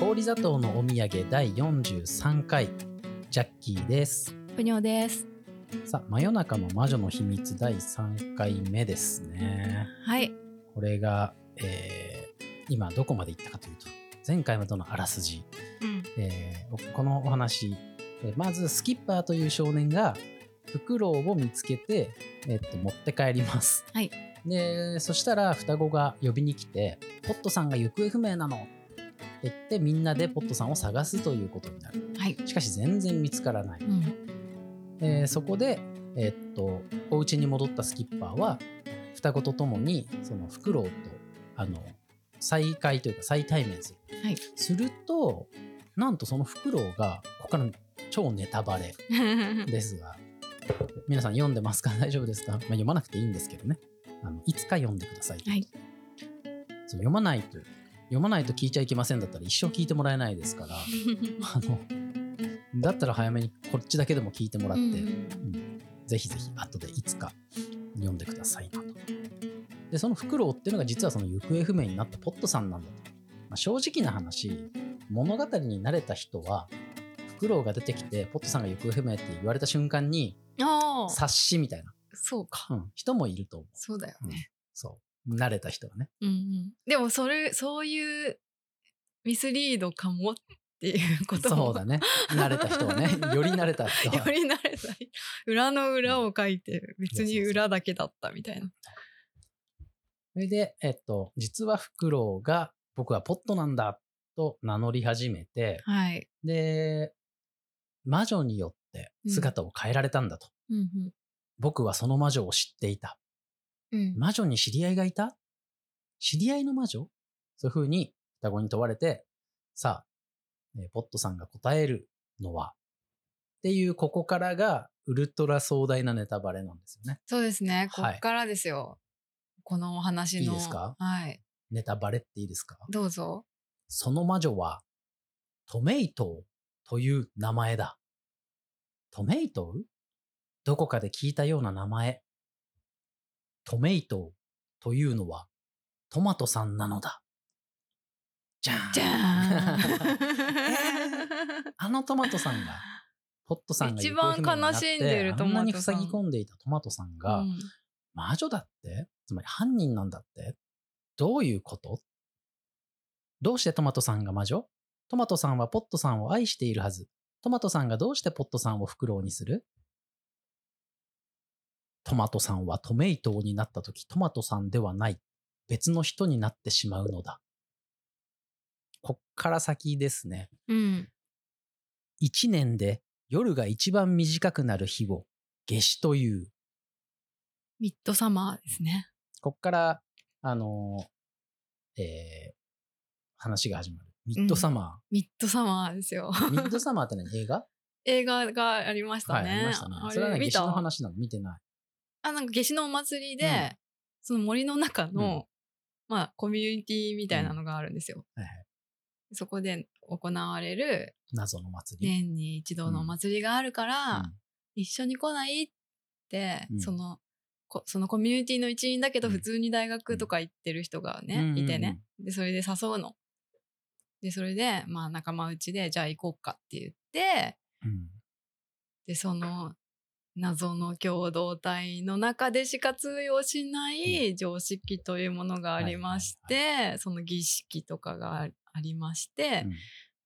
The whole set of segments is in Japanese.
氷砂糖のお土産第43回ジャッキーですぷにょです。さあ真夜中の魔女の秘密第3回目ですねはい。これが、えー今どこまで行ったかというと前回までとのあらすじ、うん。えーこのお話えーまずスキッパーという少年がフクロウを見つけて、えっと持って帰ります、はいでそしたら双子が呼びに来て「ポットさんが行方不明なの」って言ってみんなでポットさんを探すということになるはい。しかし全然見つからないうん。えーそこで、えーっとお家に戻ったスキッパーは双子と共にそのフクロウとあの再会というか再対面する、 はいするとなんとそのフクロウがここから超ネタバレですが皆さん読んでますか 大丈夫ですか、まあ、読まなくていいんですけどねあのいつか読んでください、はいそう読まないと読まないと聞いちゃいけませんだったら一生聞いてもらえないですからあのだったら早めにこっちだけでも聞いてもらって、ぜひぜひ後でいつか読んでくださいなと。で、そのフクロウっていうのが実はその行方不明になったポットさんなんだと。まあ、正直な話、物語に慣れた人は、フクロウが出てきて、ポットさんが行方不明って言われた瞬間に、ああ。察しみたいな、そうか。うん、人もいると思う。そうだよね。そう。慣れた人は ね。うんうん。でもそれそういうミスリードかもっていうこともそうだね。慣れた人はね。より慣れた人は。 より慣れない。裏の裏を書いてる。別に裏だけだったみたいな。それで、えっと、実はフクロウが、僕はポットなんだと名乗り始めて、はい。で、魔女によって姿を変えられたんだと。うん僕はその魔女を知っていた。うん。うん。魔女に知り合いがいた知り合いの魔女そういう風に双子に問われて、さあ、えーポットさんが答えるのはっていうここからがウルトラ壮大なネタバレなんですよね。そうですね。こはいっからですよ。このお話の。いいですかはい。ネタバレっていいですかど うぞ。その魔女はトメイトウという名前だ。トメイトウどこかで聞いたような名前。トメイトウというのはトマトさんなのだ。じゃーんじゃー ん。あのトマトさん が、ポットさんが一行方番不明になって悲しんでるトマトさんあんなに塞ぎ込んでいたトマトさんが、うん魔女だってつまり犯人なんだってどういうことどうしてトマトさんが魔女トマトさんはポットさんを愛しているはず。トマトさんがどうしてポットさんをフクロウにするトマトさんはトメイトウになった時トマトさんではない別の人になってしまうのだ。こっから先ですね。うん。一年で夜が一番短くなる日を夏至という。ミッドサマーですね。こっから、あのーえー話が始まる。ミッドサマミッドサマーですよ。 ー。ミッドサマーって何映画映画がありましたはい、ね。ありましたね。それはあね、れ夏見至たの話なの見てない。あ、なんか夏至のお祭りで、うんその森の中の、まあ、コミュニティみたいなのがあるんですよ。はいはいそこで行われる謎の祭り。年に一度のお祭りがあるから、一緒に来ないって、うんその、こそのコミュニティの一員だけどうん普通に大学とか行ってる人がね、うんいてね、でそれで誘うの。でそれでまあ仲間内でじゃあ行こうかって言ってうん。うんでその謎の共同体の中でしか通用しない常識というものがありまして、その儀式とかがあありまして、うん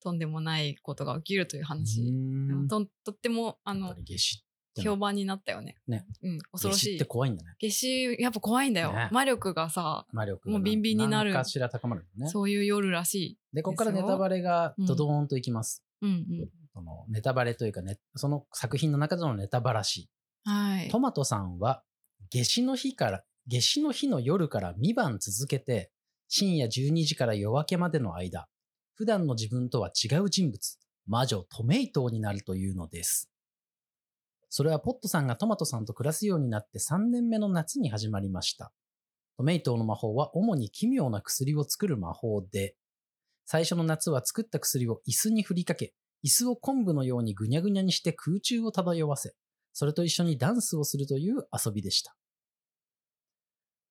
とんでもないことが起きるという話、うーんととってもあやっのぱり夏至っての評は判になったよね。ねうん、恐ろ夏し至い。って夏怖いんだね。至、やっぱ怖いんだよ。ね魔力がさ、魔力がもうビンビンになる何かしら高まるよね。そういう夜らしで、ここからネタバレがドドーンといきます。い。うんそのネタバレというかね、その作品の中でのネタバラシ。うん。はいト。マトさんは、夏至の日から、夏至の日の夜から2晩続けて、深夜12時から夜明けまでの間、普段の自分とは違う人物、魔女トメイトウになるというのです。それはポットさんがトマトさんと暮らすようになって3年目の夏に始まりました。トメイトウの魔法は主に奇妙な薬を作る魔法で、最初の夏は作った薬を椅子に振りかけ、椅子を昆布のようにぐにゃぐにゃにして空中を漂わせ、それと一緒にダンスをするという遊びでした。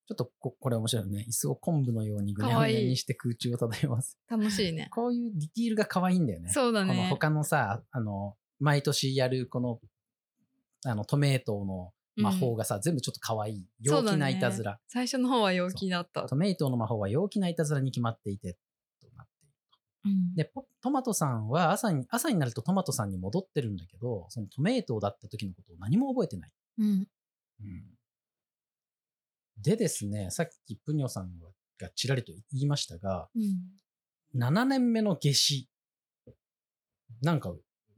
ちょっとここれ面白いよね。椅子を昆布のようにぐにゃぐにゃにして空中を漂わせ。楽しいね。こういうディティールが可愛いんだよね。そうだこのね。他のさ、あの、毎年やるこの、あの、トメイトーの魔法うんがさ、全部ちょっと可愛い。そ陽うだね気ないたずら。最初の方は陽気だった。トメイトーの魔法は陽気ないたずらに決まっていて、となっているうんで、ポトマトさんは朝に、朝になるとトマトさんに戻ってるんだけど、そのトメイトーだった時のことを何も覚えてない。うんでですね、さっきプニョさんがちらりと言いましたが、うん7年目の夏至。なんか、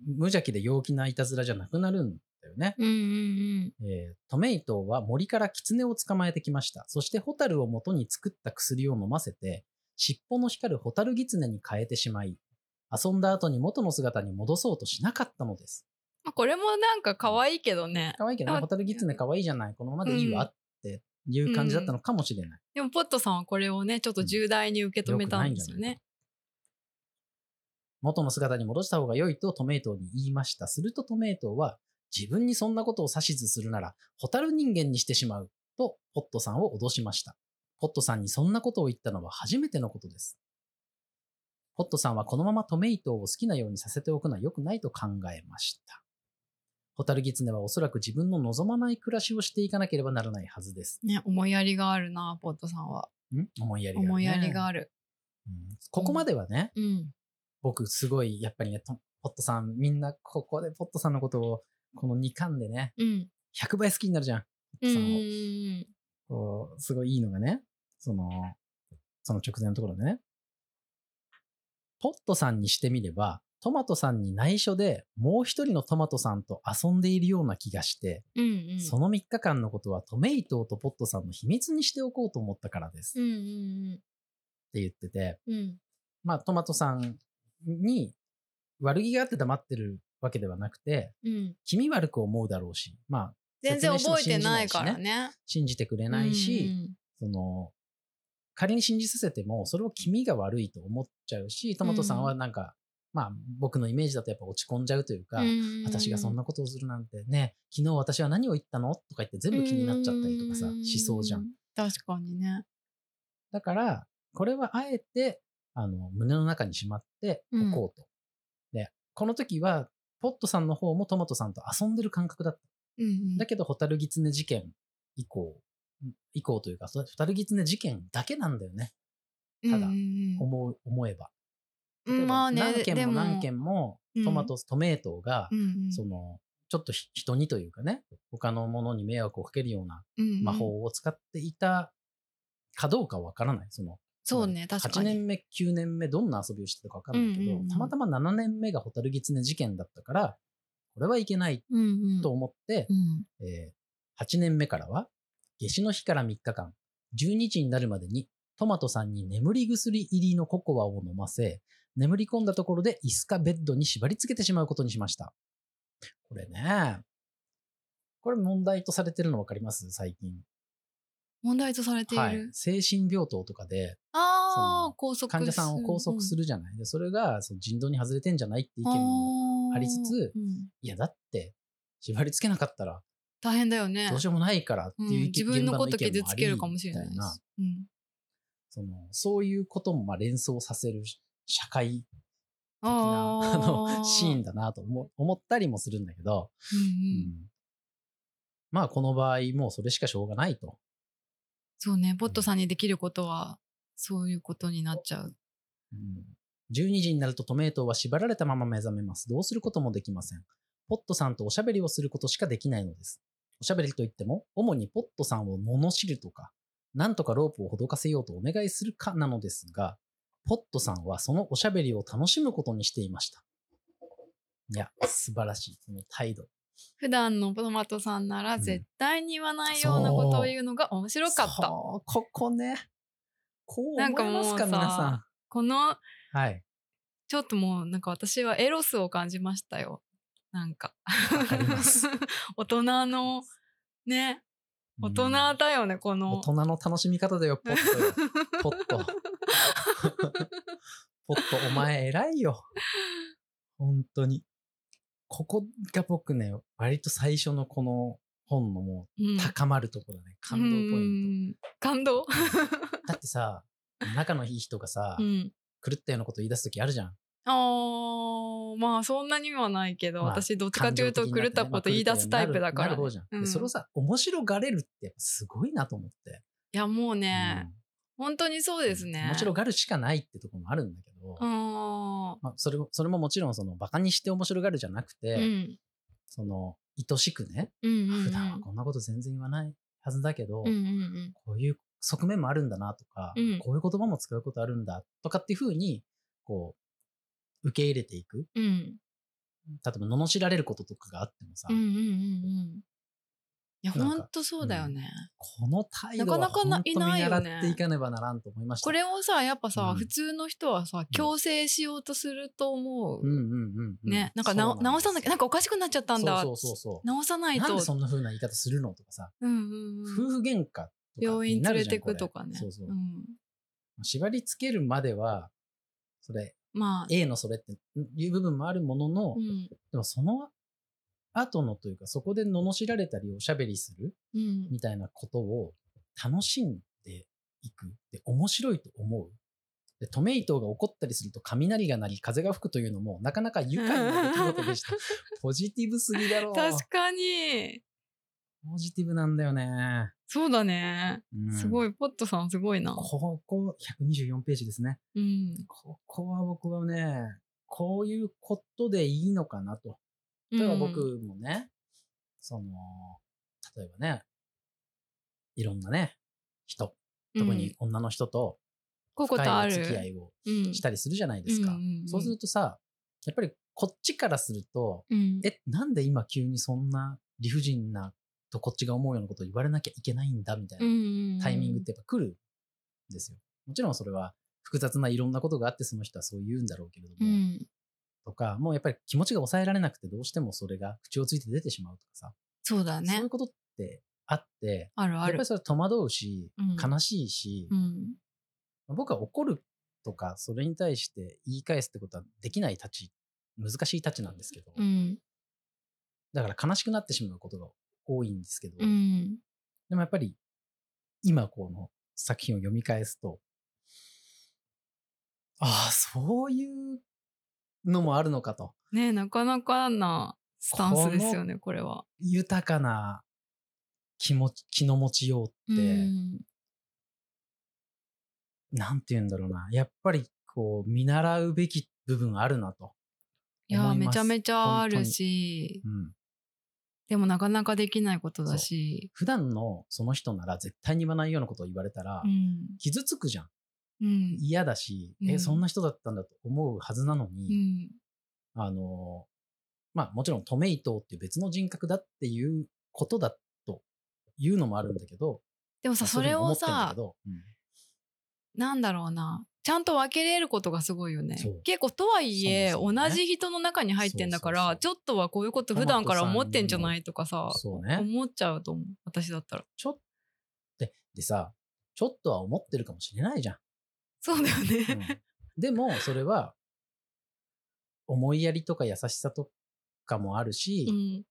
無邪気で陽気ないたずらじゃなくなるんだよね。うんうんえートメイトーは森から狐を捕まえてきました。そしてホタルを元に作った薬を飲ませて、尻尾の光るホタル狐に変えてしまい、遊んだ後に元の姿に戻そうとしなかったのです。まあこれもなんか可愛いけどね。可愛いけどね、あホタル狐可愛いじゃない。このままでいいわっていう感じだったのかもしれない。でもポットさんはこれをね、ちょっと重大に受け止めたんですよね。元の姿に戻した方が良いとトメイトーに言いました。するとトメイトーは、自分にそんなことを指図するなら、ホタル人間にしてしまう、とポットさんを脅しました。ポットさんにそんなことを言ったのは初めてのことです。ポットさんはこのままトメイトーを好きなようにさせておくのは良くないと考えました。ホタルギツネはおそらく自分の望まない暮らしをしていかなければならないはずです。ね、思いやりがあるな、ポットさんは。ん思いやりがあるね、思いやりがある。うんここまではね、うん。僕すごいやっぱりねとポットさんみんなここでポットさんのことをこの2巻でねうん。 100倍好きになるじゃんポうんットうんさうんをん。こうすごいいいのがねそのその直前のところでねポットさんにしてみればトマトさんに内緒でもう一人のトマトさんと遊んでいるような気がして、うんうん。その3日間のことはトメイトーとポットさんの秘密にしておこうと思ったからです、うっんうんて言っててうん。うん。まあトマトさんに悪気があって黙ってるわけではなくて、うん。気味悪く思うだろうし、まあ、全然覚えてないから説明しても信じないしね。信じてくれないし、うんその、仮に信じさせても、それを気味が悪いと思っちゃうし、トマトさんはなんか、まあ、僕のイメージだとやっぱ落ち込んじゃうというか、うん私がそんなことをするなんてね、昨日私は何を言ったのとか言って全部気になっちゃったりとかさ、んしそうじゃん。。確かにね。だから、これはあえて、あの、胸の中にしまっておこうと。で、この時は、ポットさんの方もトマトさんと遊んでる感覚だった。うんうんだけど、ホタルギツネ事件以降、以降というか、そホタルギツネ事件だけなんだよね。ただうんうん思う、思えば。う例えんばまあね、何で件もも何件も、トマト、トメイトがう、んその、ちょっとひ人にというかね、他のものに迷惑をかけるようなうん魔うんうん法を使っていたかどうかわからない。その、そうね、確か8に。年目、9年目、どんな遊びをしてたかわかんないけど、うんうんうんたまたま7年目がホタルギツネ事件だったから、これはいけないうんうんと思って、うんえー8年目からは、夏至の日から3日間、12時になるまでに、トマトさんに眠り薬入りのココアを飲ませ、眠り込んだところで椅子かベッドに縛り付けてしまうことにしました。これね、これ問題とされてるの分かります最近。問題とされている。はい。精神病棟とかでそああの、拘束患者さんを拘束するるじゃない。でそれがその人道に外れてんじゃないって意意見も、ありつつうんいやだって、縛り付けなかったら大変だよね。どうしようもないからっていう意見、ん自分のこと現場意見傷もあつりけるかもしれないみたしなうんその、そういうこともまあ連想させる社会的なああのシーンン。だなと思思ったりもするんだけど、うんうんうんまあこの場合もうそれしかしょうがないと。そうね、ボットさんにできることは、そういうことになっちゃう。うん12時になるとトメイトーは縛られたまま目覚めます。どうすることもできません。ポットさんとおしゃべりをすることしかできないのです。おしゃべりといっても、主にポットさんを罵るとか、なんとかロープをほどかせようとお願いするかなのですが、ポットさんはそのおしゃべりを楽しむことにしていました。いや、素晴らしい。その態度。普段のトマトさんなら絶対に言わないようなことを言うのが面白かった。そうここね。こうなん思かいもまうすか、皆ささこの、ん。はい。ちょっともうなんか私はエロスを感じましたよ。なんかかります。 大人の、ね、大人うんだよね、この。大人の楽しみ方だよ、ポット よ。ポット。 ポット、お前偉いよ。本当に。ここが僕ね、割と最初のこの本のもううん高まるとこだね。感動ポインント。感動 ト。だってさ、仲のいい人がさ、うん。狂ったようなこと言い出すときあるじゃん。あーまあそんなにはないけど、まあ私どっちかというと感情的にな狂ねったまこあと言い出すタイプだかならるね、方じゃん。でうんそれをさ、面白がれるってやっぱすごいなと思って。いやもううねん、本当にそうですね。面白がるしかないってとこもあるんだけど、あまあ、それもそれももちろんそのバカにして面白がるじゃなくて、ーうんその愛しくね、うんうんうん普段はこんなこと全然言わないはずだけど、うんうんこういう側面もあるんだなとか、うんこういう言葉も使うことあるんだとかっていうふうにこう受け入れていくうんうん例えば罵られることとかがあってもさ、うんうんうんうんいやなんか本当そうだよね、この態度はなか本な当か見いないよね習っていかねばならんと思いました。これをさやっぱさ、うん普通の人はさ強制しようとすると思う、うんうんうんうねなんかな直さなきゃなんかかおかしくなっちゃったんだそうそうそうそう直さないとなんでそんな風な言い方するのとかさ、うんうんうん夫婦喧嘩とか病院にな連るれじゃんてくとかねこれそうそう、ん、縛り付けるまではそれまあ A のそれっていう部分もあるものの、うんでもその後のというかそこで罵られたりおしゃべりするうんみたいなことを楽しんでいくで面白いと思う。でトメイトーが怒ったりすると雷が鳴り風が吹くというのもなかなか愉快な出来事で した。ポジティブすぎだろう。確かにポジティブなんだよね。そうだね、うんすごいポットさんすごいなここ124ページですね。うんここは僕はね、こういうことでいいのかなと。例えば僕うんもね、その、例えばね、いろんなね、人、特うにん女の人とこういうこ深とあいるお付き合いをうんしたりするじゃないですか。うんうんうんそうするとさ、やっぱりこっちからすると、うんえ、なんで今急にそんな理不尽なとこっちが思うようなことを言われなきゃいけないんだみたいなタイミングってやっぱ来るんですよ。もちろんそれは複雑ないろんなことがあってその人はそう言うんだろうけれども、うんうんとか、もうやっぱり気持ちが抑えられなくてどうしてもそれが口をついて出てしまうとかさ、そうだそういねうことってあって、あるやあっぱるりそれは戸惑うし、うん悲しいし、うん僕は怒るとか、それに対して言い返すってことはできないたち、難しいたちなんですけど、うんだから悲しくなってしまうことが多いんですけど、うんでもやっぱり今この作品を読み返すと、ああ、そういうのもあるのかと。ねなかなかなスタンスですよねこれは。豊かな気持ち、気の持ちよううって、んなんて言うんだろうな。やっぱりこう、見習うべき部分あるなと。いや思いめますちゃめちゃあるしうん。でもなかなかできないことだし。普段のその人なら絶対に言わないようなことを言われたら、うん傷つくじゃん。うん嫌だし、うんえ、そんな人だったんだと思うはずなのうに、んあの、まあもちろんトメイトーっていう別の人格だっていうことだというのもあるんだけど、でもまさあそれをさそういうふうに思なんだろうなちゃんと分けれることがすごいよねそう結構とはいえそうそうね同じ人の中に入ってんだかそうそうそらうちょっとはこういうこと普段から思ってんじゃないとかさそうね思っちゃうと思う私だったらちょっで、でさ、ちょっとは思ってるかもしれないじゃん。そうだようね、 んでも、それは、思いやりとか優しさとかもあるし、うん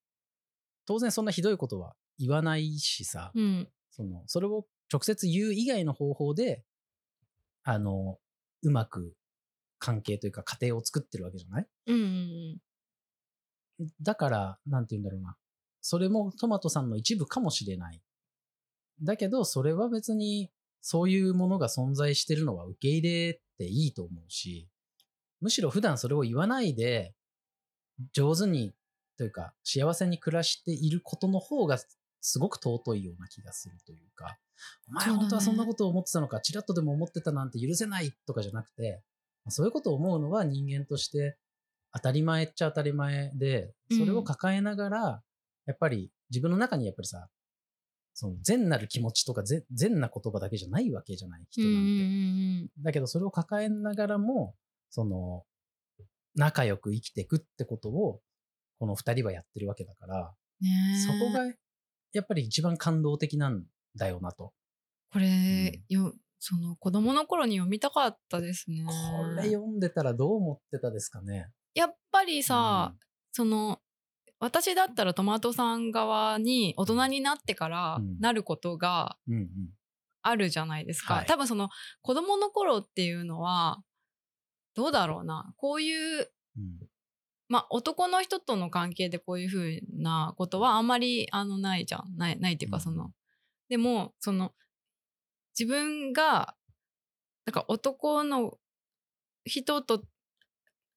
当然そんなひどいことは言わないしさ、うんその、それを直接言う以外の方法で、あの、うまく関係というか家庭を作ってるわけじゃないうんうんだから、なんて言うんだろうな。それもトマトさんの一部かもしれない。だけど、それは別に、そういうものが存在してるのは受け入れていいと思うし、むしろ普段それを言わないで、上手に、というか、幸せに暮らしていることの方が、すごく尊いような気がするというか、お前そうだね本当はそんなことを思ってたのか、ちらっとでも思ってたなんて許せないとかじゃなくて、そういうことを思うのは人間として当たり前っちゃ当たり前で、それを抱えながら、やっぱり自分の中にやっぱりさ、その善なる気持ちとか善善な言葉だけじゃないわけじゃない人うんうなんんて。うんだけどそれを抱えながらも、その、仲良く生きていくってことを、この二人はやってるわけだから、ねえそこがやっぱり一番感動的なんだよなと。これ、よその子供の頃に読みたかったですね。これ読んでたらどう思ってたですかね。やっぱりさ、うんその私だったらトマトさん側に大人になってからうんなることがうんうん。あるじゃないですか、はい多分その子供の頃っていうのはどうだろうなこういううんまあ男の人との関係でこういうふうなことはあんまりあのないじゃんないないっていううかんその、でもその自分がなんか男の人と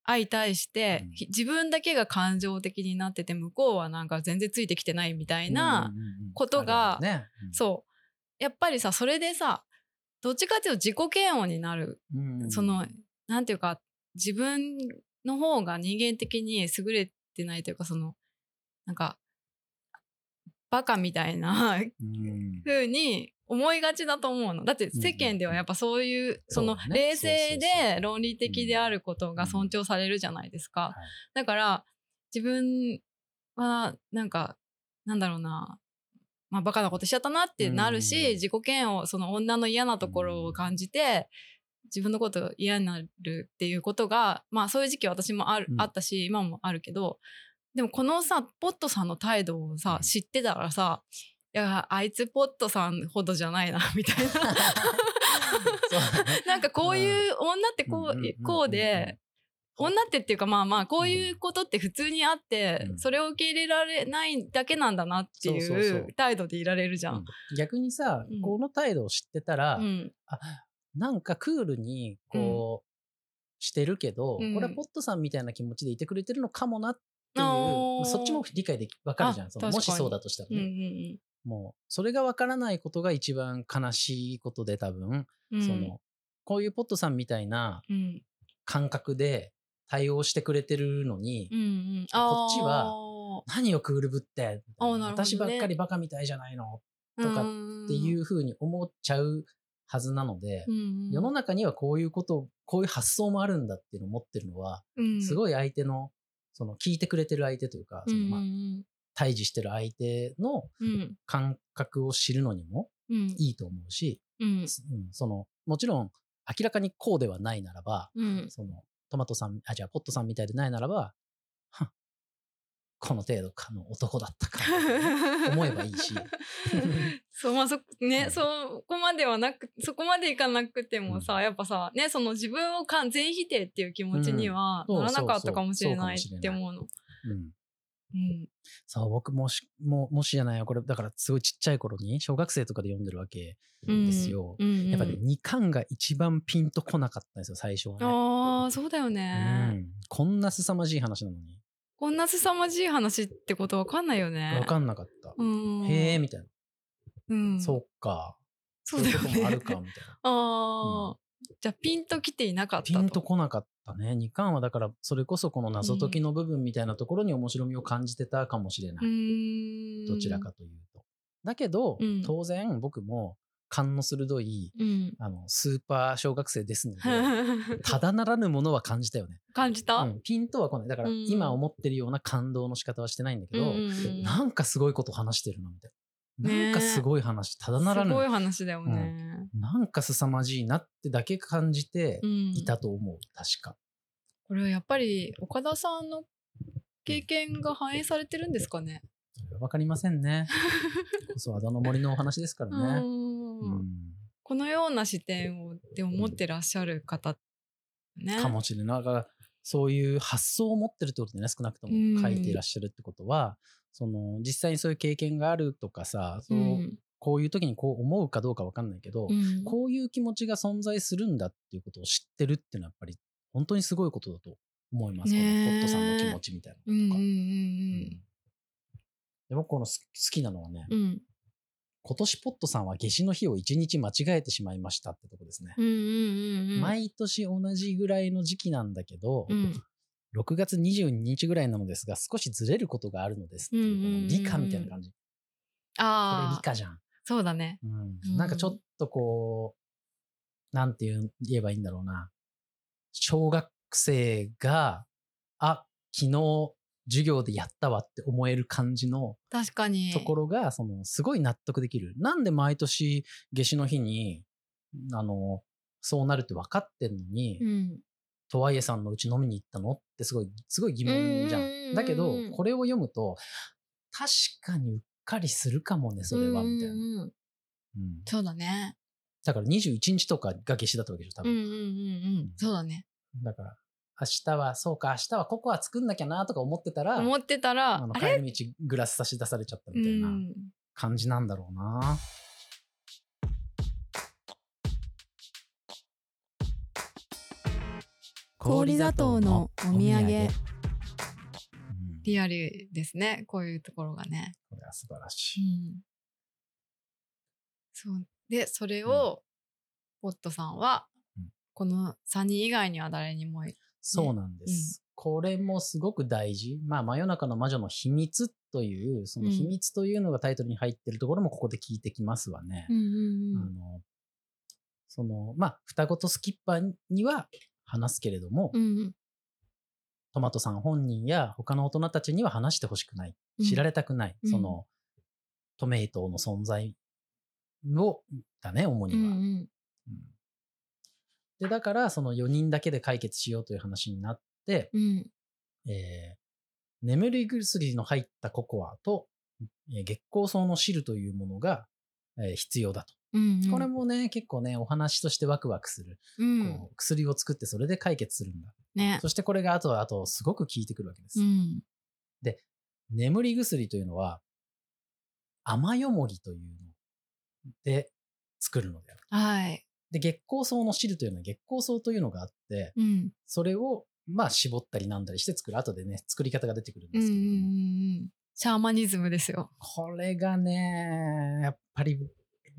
相対して、うんひ自分だけが感情的になってて向こうはなんか全然ついてきてないみたいな、うんうんうんうんことがあるあるねそうやっぱりさそれでさどっちかっていうと自己嫌悪になる、うんうんそのなんていうか自分の方が人間的に優れてないというかそのなんかバカみたい なうん風に思いがちだと思うのだって世間ではやっぱそういう、そのそうだね冷静そうそうそで論理的であることが尊重されるじゃないですか、はいだから自分はなんかなんだろうなまあバカなことしちゃったなってなるし、うん自己嫌悪その女の嫌なところを感じて、自分のこと嫌になるっていうことがまあそういう時期は私もある、うんあったし今もあるけどでもこのさポットさんの態度をさうん知ってたらさいやあいつポットさんほどじゃないなみたい なそうだねなんかこういう女ってこう,、うんうんうんうんこうで女ってっていうかまあまあこういうことって普通にあって、うんそれを受け入れられないだけなんだなってそうそうそいうう態度でいられるじゃうんん。逆にさ、うんこの態度を知ってたら、うんあなんかクールにこう、してるけど、うんこれはポットさんみたいな気持ちでいてくれてるのかもなっていう、あーそっちも理解できわかるじゃんあその確もかにしそうだとしたらうんうね、んもうそれがわからないことが一番悲しいことで多分、うんそのこういうポットさんみたいなうん感覚で対応してくれてるのに、うんうんこっちはあ何をクールぶってみたいあーななるほど私ねばっかりバカみたいじゃないのーとかうんっていうふうに思っちゃうはずなので、うん世の中にはこういうことこういう発想もあるんだっていうのを持ってるのは、うんすごい相手のその聞いてくれてる相手というか、うんそのまうあ、ん対峙してる相手のうん感覚を知るのにもうんいいと思うし、うんうんそのもちろん明らかにこうではないならば、うんそのトマトさんあじゃあポットさんみたいでないならばはっこの程度かの男だったか思えばいい しそうまあそね、うんそこまではなくそこまでいかなくてもさ、うやっぱさねその自分を完全否定っていう気持ちにはうんならそなかっうそうそたうかもしれないそうかもしれないって思うの。うんうんそう、僕もし、も、もしじゃないわこれ、だからすごいちっちゃい頃に、小学生とかで読んでるわけですよ。うんうんやっぱね、二巻が一番ピンとこなかったんですよ、最初はね。ああそうだようね、ん、こんな凄まじい話なのに。こんな凄まじい話ってことわかんないよね。わかんなかった。うんへえ、みたいうん、な。そうか。そうだよこいうこともあるね。か、みたいな。ああ、じゃあピンときていなかったピンとこなかったね。二巻はだから、それこそこの謎解きの部分みたいなところに面白みを感じてたかもしれなうい。んどちらかというと。だけどうん、当然僕も勘の鋭い、うんあの、スーパー小学生ですので、 ただならぬものは感じたよね。感じた、うん、ピンとは来ない。だから、うん今思ってるような感動の仕方はしてないんだけうんど、うんうんなんかすごいこと話してるな、みたいな。ねえなんかすごい話、ただならすぬご、い話だよね。なんか凄まじいなってだけ感じてうんいたと思う、確か。これはやっぱり岡田さんの経験が反映されてるんですかね。わかりませんね。こそ、あだの森のお話ですか うらね。んうんこのような視点をで思ってらっしゃる方ね。かもしれない。だから、そういう発想を持ってるってことでね、少なくとうんも書いていらっしゃるってことは、その、実際にそういう経験があるとかさ、そううんこういう時にこう思うかどうかわかんないけど、うんこういう気持ちが存在するんだっていうことを知ってるっていうのはやっぱり本当にすごいことだと思います。こねえのポットさんの気持ちみたいうんうんなのとか。うんで僕この好き好きなのはね、うんうん今年ポットさんは夏至の日を一日間違えてしまいましたってとこですね。うんうんうん毎年同じぐらいの時期なんだけど、うん6月22日ぐらいなのですが、少しずれることがあるのですっていう、うんうんうんうんこの理科みたいな感じ。これあ理あ科じゃん。そうだね。うんなんかちょっとこう、なんて言う言えばいいんだろうな。小学生が、あ、昨日授業でやったわって思える感じの確かに。ところが、その、すごい納得できる。なんで毎年、夏至の日に、あの、そうなるって分かってんのに、うんとはいえさんのうち飲みに行ったのってすごい、すごい疑問じゃ。うんうんうんうんんだけど、これを読むと、確かにうっかりするかもね、それは、みたいな。うんうんううんんそうだね。だから21日とかが夏至だったわけでしょ、多うんうん分。うんうん。そうだね。だから、明日は、そうか、明日はココア作んなきゃなとか思ってたら、思ってたら、あのあ帰れり道グラス差し出されちゃったう。みたいなん感じなんだろうな。氷砂糖のお土産うんリアルですね。こういうところがね。これは素晴らうしい。ん。そう。で、それを、ポットさんはうん、この3人以外には誰にもそうなんです。これもすごく大事。まあ、真夜中の魔女の秘密という、その秘密というのがタイトルに入ってるところもここで聞いてきますわね。あの、その、まあ、双子とスキッパーには話すけれども、うんトマトさん本人や他の大人たちには話してほしくない。うん知られたくない。うんその、トメイトの存在を、だね、主にうは。んうんうんで、だから、その4人だけで解決しようという話になって、うんえー眠り薬の入ったココアと、えー月光草の汁というものが、えー必要だと。うんうんこれもね、結構ね、お話としてワクワクする。うんこう薬を作ってそれで解決するんだ。ねそしてこれがあとあとすごく効いてくるわけです。うん眠り薬というのは、甘よもぎというので作るのである。はいで、月光草の汁というのは月光草というのがあって、うんそれをまあ絞ったりなんだりして作る。後でね、作り方が出てくるんうんうでんうんすけれども。うんシャーマニズムですよこれがね、やっぱり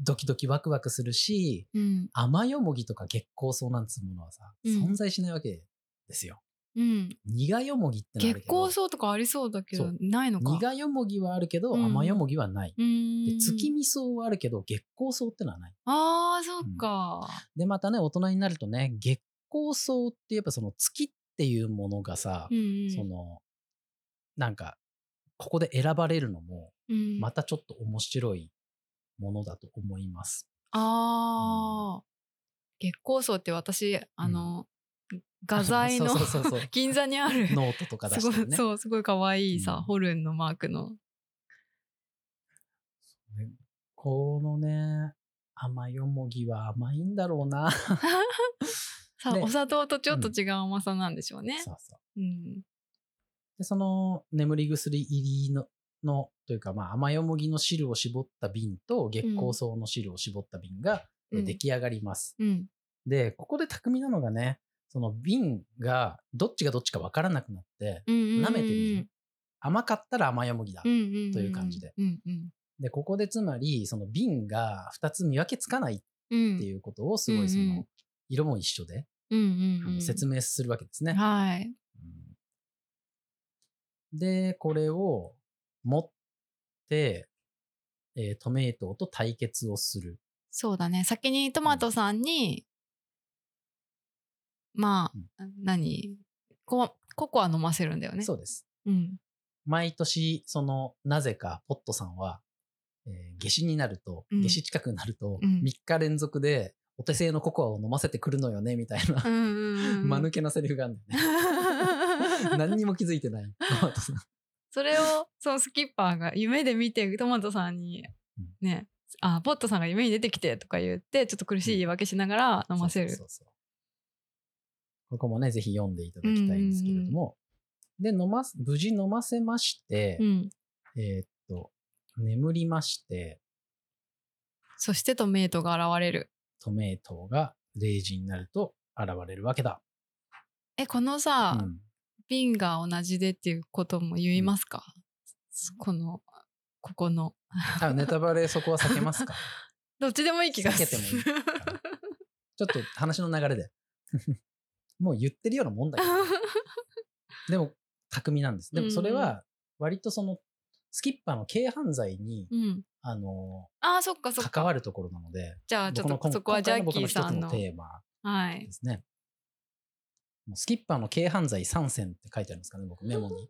ドキドキワクワクするし、うん甘よもぎとか月光草なんつうものはさ、うん存在しないわけですよ。うん苦よもぎってのはある月けど光草とかありそうだけそどうないのか苦よもぎはあるけど、うん甘よもぎはない。うんで月見草はあるけど、月光草ってのはない。ああそっかで、またね、大人になるとね、月光草ってやっぱその月っていうものがさ、うんうんその、なんか、ここで選ばれるのも、うんまたちょっと面白いものだと思います。ああ月光草って私あの画材の そうそうそうそう 銀座にあるノートとか出すごしいてるね。そうすごい可愛いうんさホルンのマークのこのね、甘よもぎは甘いんだろうな。そさねお砂糖とちょっと違う甘さなんでしょうねう。そう。うん。で、その、眠り薬入りの、の、というか、まあ、甘よもぎの汁を絞った瓶と、月光草の汁を絞った瓶が、えうん出来上がります。うん。で、ここで巧みなのがね、その瓶が、どっちがどっちかわからなくなって、うんうんうん。舐めてみる。甘かったら甘よもぎだ。うんうんん。という感じでうんうん。で、ここでつまり、その瓶が2つ見分けつかないっうん。ていうことを、すごうんいその、うん色も一緒で、うんあうんうのん。説明するわけですね。はい。うんで、これを持って、えートメイトと対決をする。そうだね。先にトマトさんに、まあ、何コココア飲ませるんだよね。そうです。うん。毎年、その、なぜか、ポットさんは、えー夏至になると、うん夏至近くなると、うん3日連続で、お手製のココアを飲ませてくるのよね、みたいな、うんうん うん。間抜けなセリフがあるんだ よね。何にも気づいてない。トマトさんそれを、そのスキッパーが夢で見て、トマトさんにうん、ね、あ、ポットさんが夢に出てきてとか言って、ちょっと苦しい言い訳しながら 飲ませるそう。そうそうここもね、ぜひ読んでいただきたいんですけれども。で、飲ます、無事飲ませまして、うん。えーっと、眠りまして、そしてトメイトが現れる。トメイトが0時になると現れるわけだ。え、このうさ、ん、瓶が同じでっていうことも言いますか、この、ここの。あネタバレそこは避けますかどっちでもいい気がする。避けてもいいかなちょっと話の流れで。 もう言ってるようなもんだけど。でも、巧みなんです。でもそれは、割とその、スキッパーの軽犯罪に、 うん。あのああ、そっかそっか。関わるところなので、じゃあ、ちょっ僕のとそこはジャッキーさん今回僕の一の。つのテーマはでい。すね。もうスキッパーの軽犯罪3選って書いてあるんですかね、僕メモに。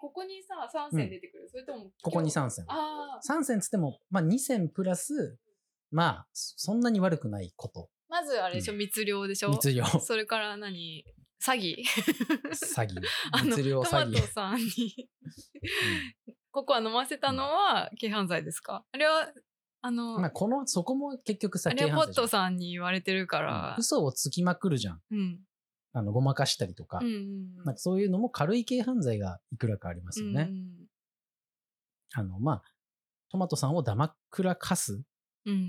ここにさ、3線出てくる、それとも。ここに3選。ああ、 3選つっても、まあ2選プラス、まあ、そんなに悪くないこと。ままずあれでしょ、う密漁でしょ密漁、詐それから何詐欺欺、 あの密漁トマ詐欺ト。さんにココア飲ませたのは軽犯罪ですかあれはあうの、んまあ、この、そこも結局さ、あれは軽犯ポ罪ットじさんに言われてるかゃんらうん、嘘をつきまくるじゃん。うんあの、ごまかしたりとか。うんうんうんなんかそういうのも軽い軽犯罪がいくらかありますよね。あの、まあ、トマトさんをだまくらかす。うんうん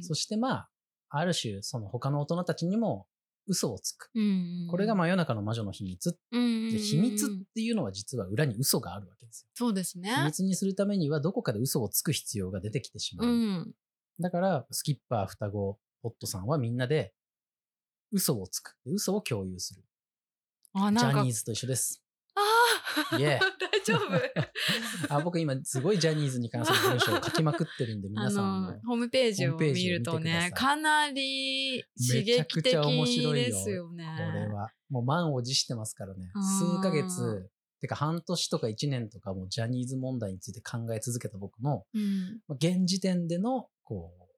そしてまあ、ある種、その他の大人たちにも嘘をつく。うんうんうんこれが真夜中の魔女の秘密。うんうんうんで秘密っていうのは実は裏に嘘があるわけですそうですよ。秘ね。密にするためにはどこかで嘘をつく必要が出てきてしまうう。ん。だから、スキッパー、双子、ポットさんはみんなで嘘をつく。で嘘を共有する。あ、ジなんャかニー。ズと一緒です。ああいえ 大丈夫あ僕今すごいジャニーズに関する文章を書きまくって るんで、あ皆さんもの、。ホームページをホームペー見ジをると見てねく、ださかなり刺めちゃ激く的ちゃ面白いよですよね。これは。もう満を持してますからねあ。ー数ヶ月、てか半年とか一年とかもうジャニーズ問題について考え続けた僕の、うん。まあ現時点での、こう、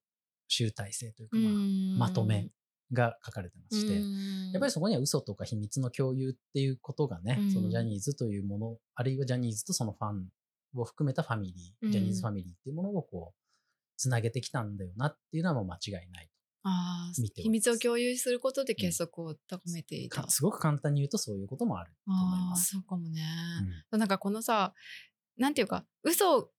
集大成というか、うまあんまとめが書かれてまして、うんやっぱりそこには嘘とか秘密の共有っていうことがね、うんそのジャニーズというもの、あるいはジャニーズとそのファンを含めたファミリー、うんジャニーズファミリーっていうものをこう、つなげてきたんだよなっていうのはもう間違いない。あー見ております秘密を共有することで結束を高めていた。かすごく簡単に言うとそういうこともあると思いあまーす。そうかもね。うんなんかこのさ、なんていうか、嘘、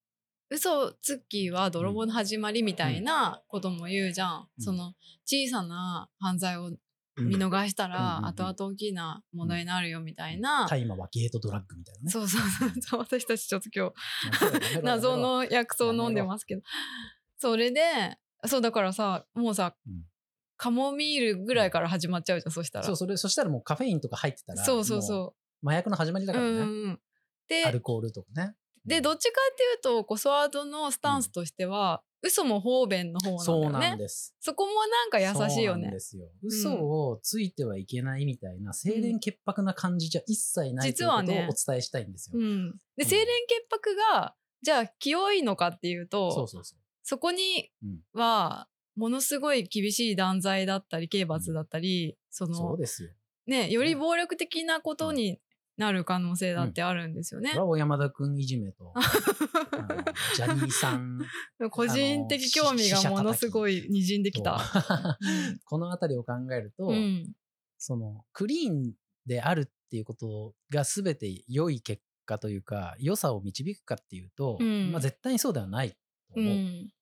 嘘つきは泥棒の始まりみたいなことも言うじゃん。うんその小さな犯罪を見逃したうんら、うん後々大きな問題になるよみたいな。大麻はゲートドラッグみたいなね。そうそうそうそう。私たちちょっと今やめろやめろ日、謎の薬草飲んでますけど。それで、そうだからさ、もうさ、うんカモミールぐらいから始まっちゃうじゃん、そしたら。そう、それ、そしたらもうカフェインとか入ってたら、そうそうもそう麻薬の始まりだう。からんうね。んうん。アで、ルコールとかね。でどっちかっていうとこうソワードのスタンスとしては、嘘も方便の方そうなんだなよんねです。そこもなんか優しいよそうなんねですよ。嘘をついてはいけないみたいな、清廉潔白な感じじゃ一切ないとい実うこはとをおね伝えしたいんですよう。んうでん清廉潔白がじゃあ清いのかっていうとそそうそうそう。こにうんはものすごい厳しい断罪だったり刑罰だったり、そそのうですよ。ねより暴力的なことになる可能性だってあるんですよねこれ、は小山田くんいじめ と、あのジャニーさん個人的興味がものすごいにじんできとた、 このあたりを考えると、うんそのクリーンであるっていうことが全て良い結果というか良さを導くかっていうと、うんまあ、絶対にそうではないとう思う、ん、うん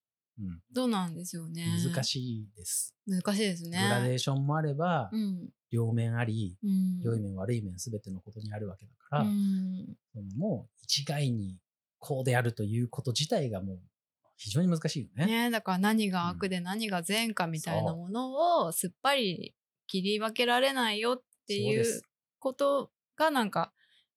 そうなんですよね難しいです、難しいですね。グラデーションもあれば、うん。両面ありうん。良い面悪い面全てのことにあるわけだかうら、ん。そのもう一概にこうであるということ自体がもう非常に難しいよね。ねだから何が悪で何が善かみたいなものをすっぱり切り分けられないよっていそうでうすことがなんか、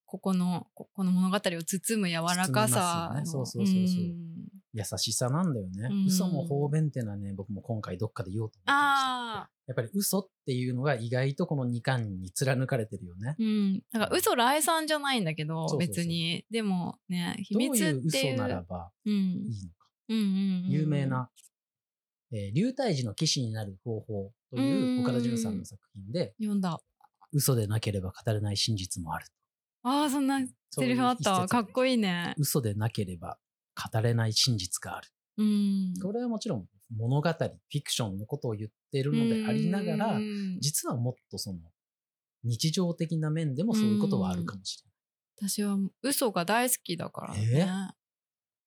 ここの、ここの物語を包む柔らか包みますよさの。ねそうそうそうそうん優しさなんだよね。うん嘘も方便っていうのはね僕も今回どっかで言おうと思ってました。ああ、やっぱり嘘っていうのが意外とこの2巻に貫かれてるよね。うん。だから嘘来さんじゃないんだけど、そうそうそう別に。でもね、秘どう密ってい。いうう嘘ならばうん。いいのか。うんうんうん有名。な、えー流体時の騎士になる方法といううん岡田准さんの作品で、読んだ。嘘でなければ語れない真実もある。ああ、そんなセリフあった。かっこいい。いいね。嘘でなければ語れない真実がある。うん。これはもちろん物語、フィクションのことを言ってるのでありながらう、ん実はもっとその日常的な面でもそういうことはあるかもしれない。私は嘘が大好きだからね。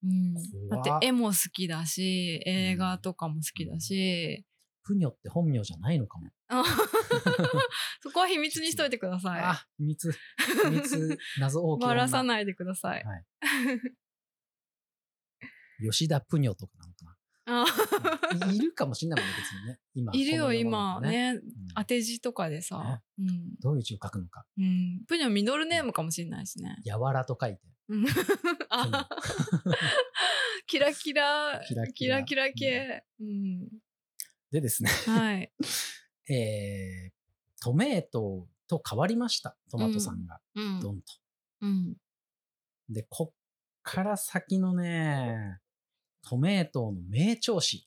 うん、怖っだって絵も好きだし映画とかも好きだし、不女って本名じゃないのかも。 そこは秘密にしといてくださあ、秘密、秘 密、謎い大きばらさなないでください、はい吉田プニョとかなのあかな。いい るかもしれないもんね、別にね。今。いるよこの世の今中ね。うん当て字とかでさ、うんどういう字を書くのか。うん、プニョミドルネームかもしれないしね、やわらと書いて。 うん、あ キラキラキラキキララキラ系、うんでですね、はい、えー、トメートと変わりました。トマトさんが、 うんドンと。うん、で、こっから先のね、トメートの名調子。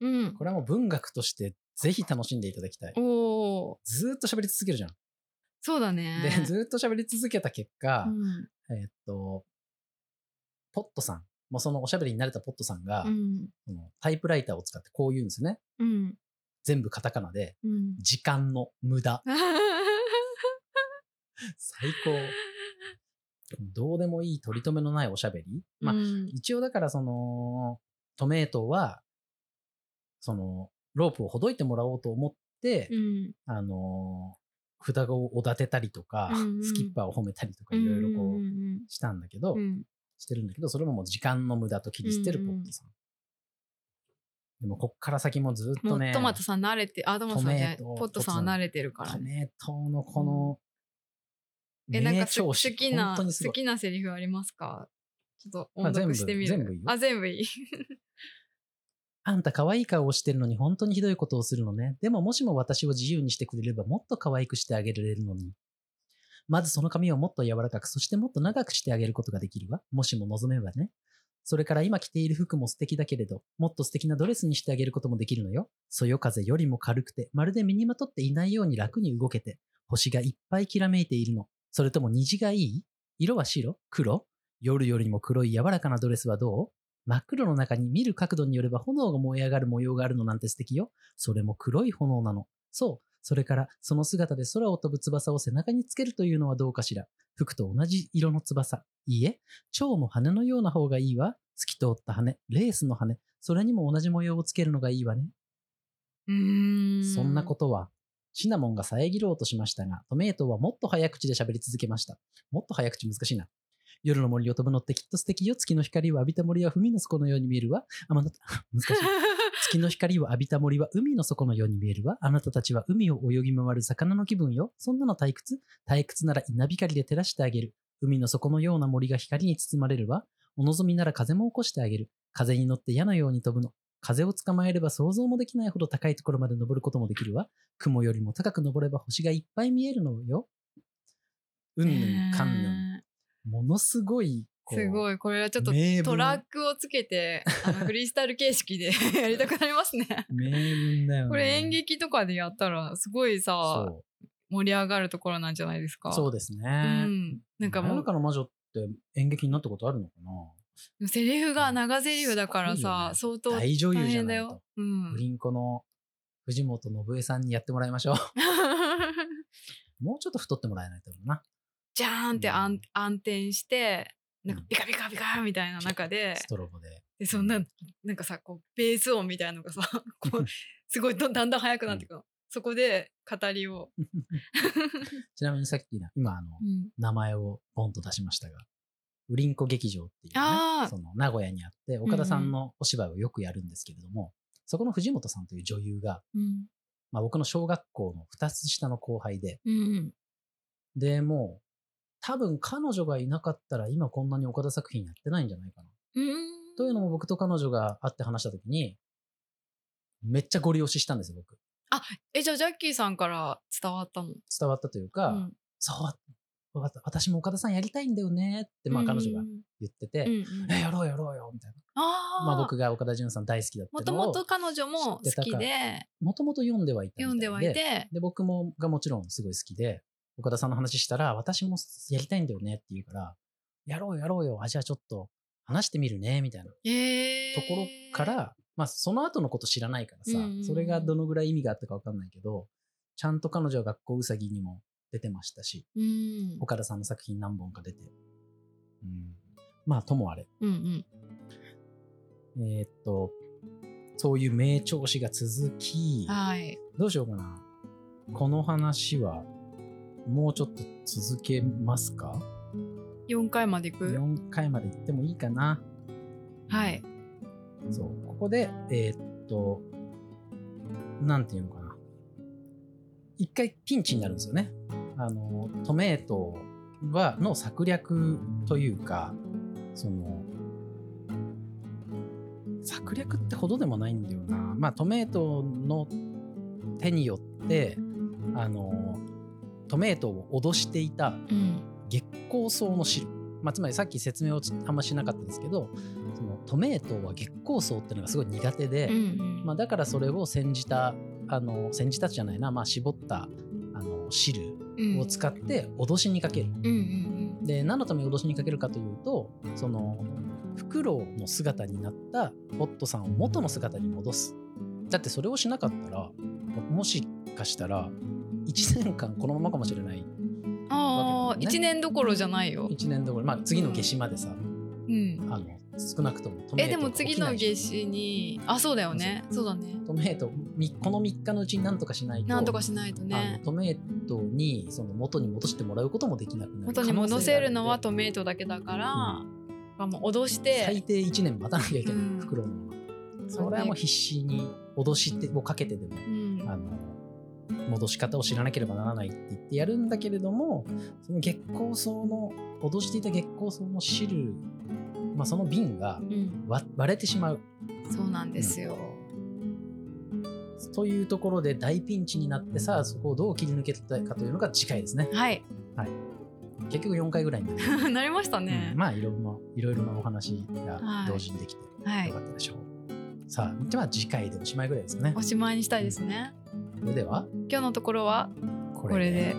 うんこれはもう文学としてぜひ楽しんでいただきたい。おーずーっと喋り続けるじゃん。そうだね。で、ずーっと喋り続けた結果う、んえーっと、ポットさん、もうそのおしゃべりに慣れたポットさんが、うんそのタイプライターを使ってこう言うんですね。うん全部カタカナで、うん 時間の無駄。最 高。どうでもいい取り留めのないおしゃべり。まあう、ん一応だからその、トメイトは、その、ロープをほどいてもらおうと思って、うんあのー、双子をおだてたりとか、うんうんスキッパーを褒めたりとか、いろいろこうんう、したんだけど、うんうんしてるんだけど、それももう時間の無駄と切り捨てるポットさん。でも、こっから先もずっうんともうね、トマトさん慣れて、あ、トマトさんじゃないトメとポットさんは慣れてるからトね。メイトのこの、え、なんか名す調好子きな、本当にすごい。好きなセリフありますかちょっとまあ音全部読してみる。全部いいよあ、全部いい。 あんた可愛い顔をしてるのに本当にひどいことをするのね。でももしも私を自由にしてくれればもっと可愛くしてあげられるのに。まずその髪をもっと柔らかく、そしてもっと長くしてあげることができるわ。もしも望めばね。それから今着ている服も素敵だけれど、もっと素敵なドレスにしてあげることもできるのよ。そよ風よりも軽くて、まるで身にまとっていないように楽に動けて、星がいっぱいきらめいているの。それとも虹がいい色は白黒夜よりも黒い柔らかなドレスはどう真っ黒の中に見る角度によれば炎が燃え上がる模様があるのなんて素敵よ。それも黒い炎なの。そう。それから、その姿で空を飛ぶ翼を背中につけるというのはどうかしら。服と同じ色の翼。いいえ、蝶の羽のような方がいいわ。透き通った羽、レースの羽。それにも同じ模様をつけるのがいいわね。うーん。そんなことは、シナモンが遮ろうとしましたが、トメイトはもっと早口で喋り続けました。もっと早口難しいな。夜の森を飛ぶのってきっと素敵よ。月の光を浴びた森は海の底のように見えるわ。あ、また、 難しい。月の光を浴びた森は海の底のように見えるわ。あなたたちは海を泳ぎ回る魚の気分よ。そんなの退屈退屈なら稲光で照らしてあげる。海の底のような森が光に包まれるわ。お望みなら風も起こしてあげる。風に乗って矢のように飛ぶの。風を捕まえれば想像もできないほど高いところまで登ることもできるわ。雲よりも高く登れば星がいっぱい見えるのよ。うんぬんかんぬん。 ねものすごい、えすい。ごい。これはちょっと名文トラックをつけて、あのフリースタイル形式で やりたくなりま すね。名文だよね。これ演劇とかでやったら、すごいさ、そ盛り上がるところなんじゃないですう。か。そううですね。ん。なんか真も夜う中の魔女って演劇になったことあるのかなセリフが長セリフだからすごいよさね、相当大大女優じゃ変なだいとよ。。うんブ。リンコの藤本信江さんにやってもらいましょう。 もう ちょっと太ってもらえないと思うな。ジャーンってあうんん暗転して、なんかうんビカビカビカみたいな中でス、トロボで。でそんな、なんかさ、こう、ベース音みたいなの がさ、こう、すごいどんだんだん速くなっていくの。そこで語りを。ちなみにさっきな、今あの、うん名前をボンと出しましたが、ブリンコ劇場っていう、あねー、その名古屋にあって、岡田さんのお芝居をよくやるんですけれども、そこの藤本さんという女優が、うん。まあ、僕の小学校の2つ下の後輩で、うん。でもう、多分彼女がいなかったら今こんなに岡田作品やってないんじゃないかな。うん。というのも僕と彼女が会って話した時に、めっちゃゴリ押ししたんですよ、僕。え、じゃあジャッキーさんから伝わったの伝わったというか、うん。そう、わかった私も岡田さんやりたいんだよねって、まあ彼女がうんうん言ってて、うんうんえ、やろうやろうよ、みたいあな。あ。まあ僕が岡田准さん大好きだっもたとのを、もと彼女も知って好たきからで、もともと読んではいたみた読んではいて、で、僕もがもちろんすごい好きで、岡田さんの話したら、私もやりたいんだよねって言うから、やろうやろうよ、あ、じゃあちょっと話してみるね、みたいなえーところから、まあその後のこと知らないからさ、うんうんうんそれがどのぐらい意味があったかわかんないけど、ちゃんと彼女は学校うさぎにも出てましたし、うん。岡田さんの作品何本か出て。うん、まあ、ともあれ。うんうん。えーっと、そういう名調子が続き、はい。どうしようかな。この話は、もうちょっと続けますか4回まで行く ?4 回まで行ってもいいかな。はい。そう。ここで、えーっと、なんていうのかな。一回ピンチになるんですよね。あの、トメイトは、の策略というか、その、策略ってほどでもないんだよな。まあ、トメイトの手によって、あの、トメイトを脅していたうん。月光草の汁、まあ、つまりさっき説明をちあんましなかったですけどそのトメイトウは月光草っていうのがすごい苦手で、うんうん。まあ、だからそれを煎じたあの煎じたちじゃないな、まあ、絞ったあの汁うんを使って脅しにかける。うんうんで何のために脅しにかけるかというとそのフクロウの姿になったポットさんを元の姿に戻すだってそれをしなかったらもしかしたら1年間このままかもしれないうんああ、わけだもんね一年どころじゃないよ。 1年どころまあ次の夏至までさうん。あの少なくともトえメイでトもが起次きなのいじゃん夏至にあそうだよねそうだねトメイトみこの3日のうちになんとかしないとなんとかしないとあねのトメイトにその元に戻してもらうこともできなくなる元に戻せるのはトイメイトだけだから、うもう脅し最て低1年待たなきゃいけない、うんフクロウのままそれはもう必死に脅してをかけてでもうんあの戻し方を知らなければならないって言ってやるんだけれどもその月光草の脅していた月光草の汁、まあ、その瓶がうん割割れてしまうそうなんですよ、というところで大ピンチになってさあそこをどう切り抜けたかというのが次回ですねはい 結局4回ぐらいになる、なりましたうねん、まあいろいろいろいろなお話がはい同時にできてはいよかったでしょう、さあでは次回でおしまいぐらいですかねおしまいにしたいですねそれでは今日のところはこれで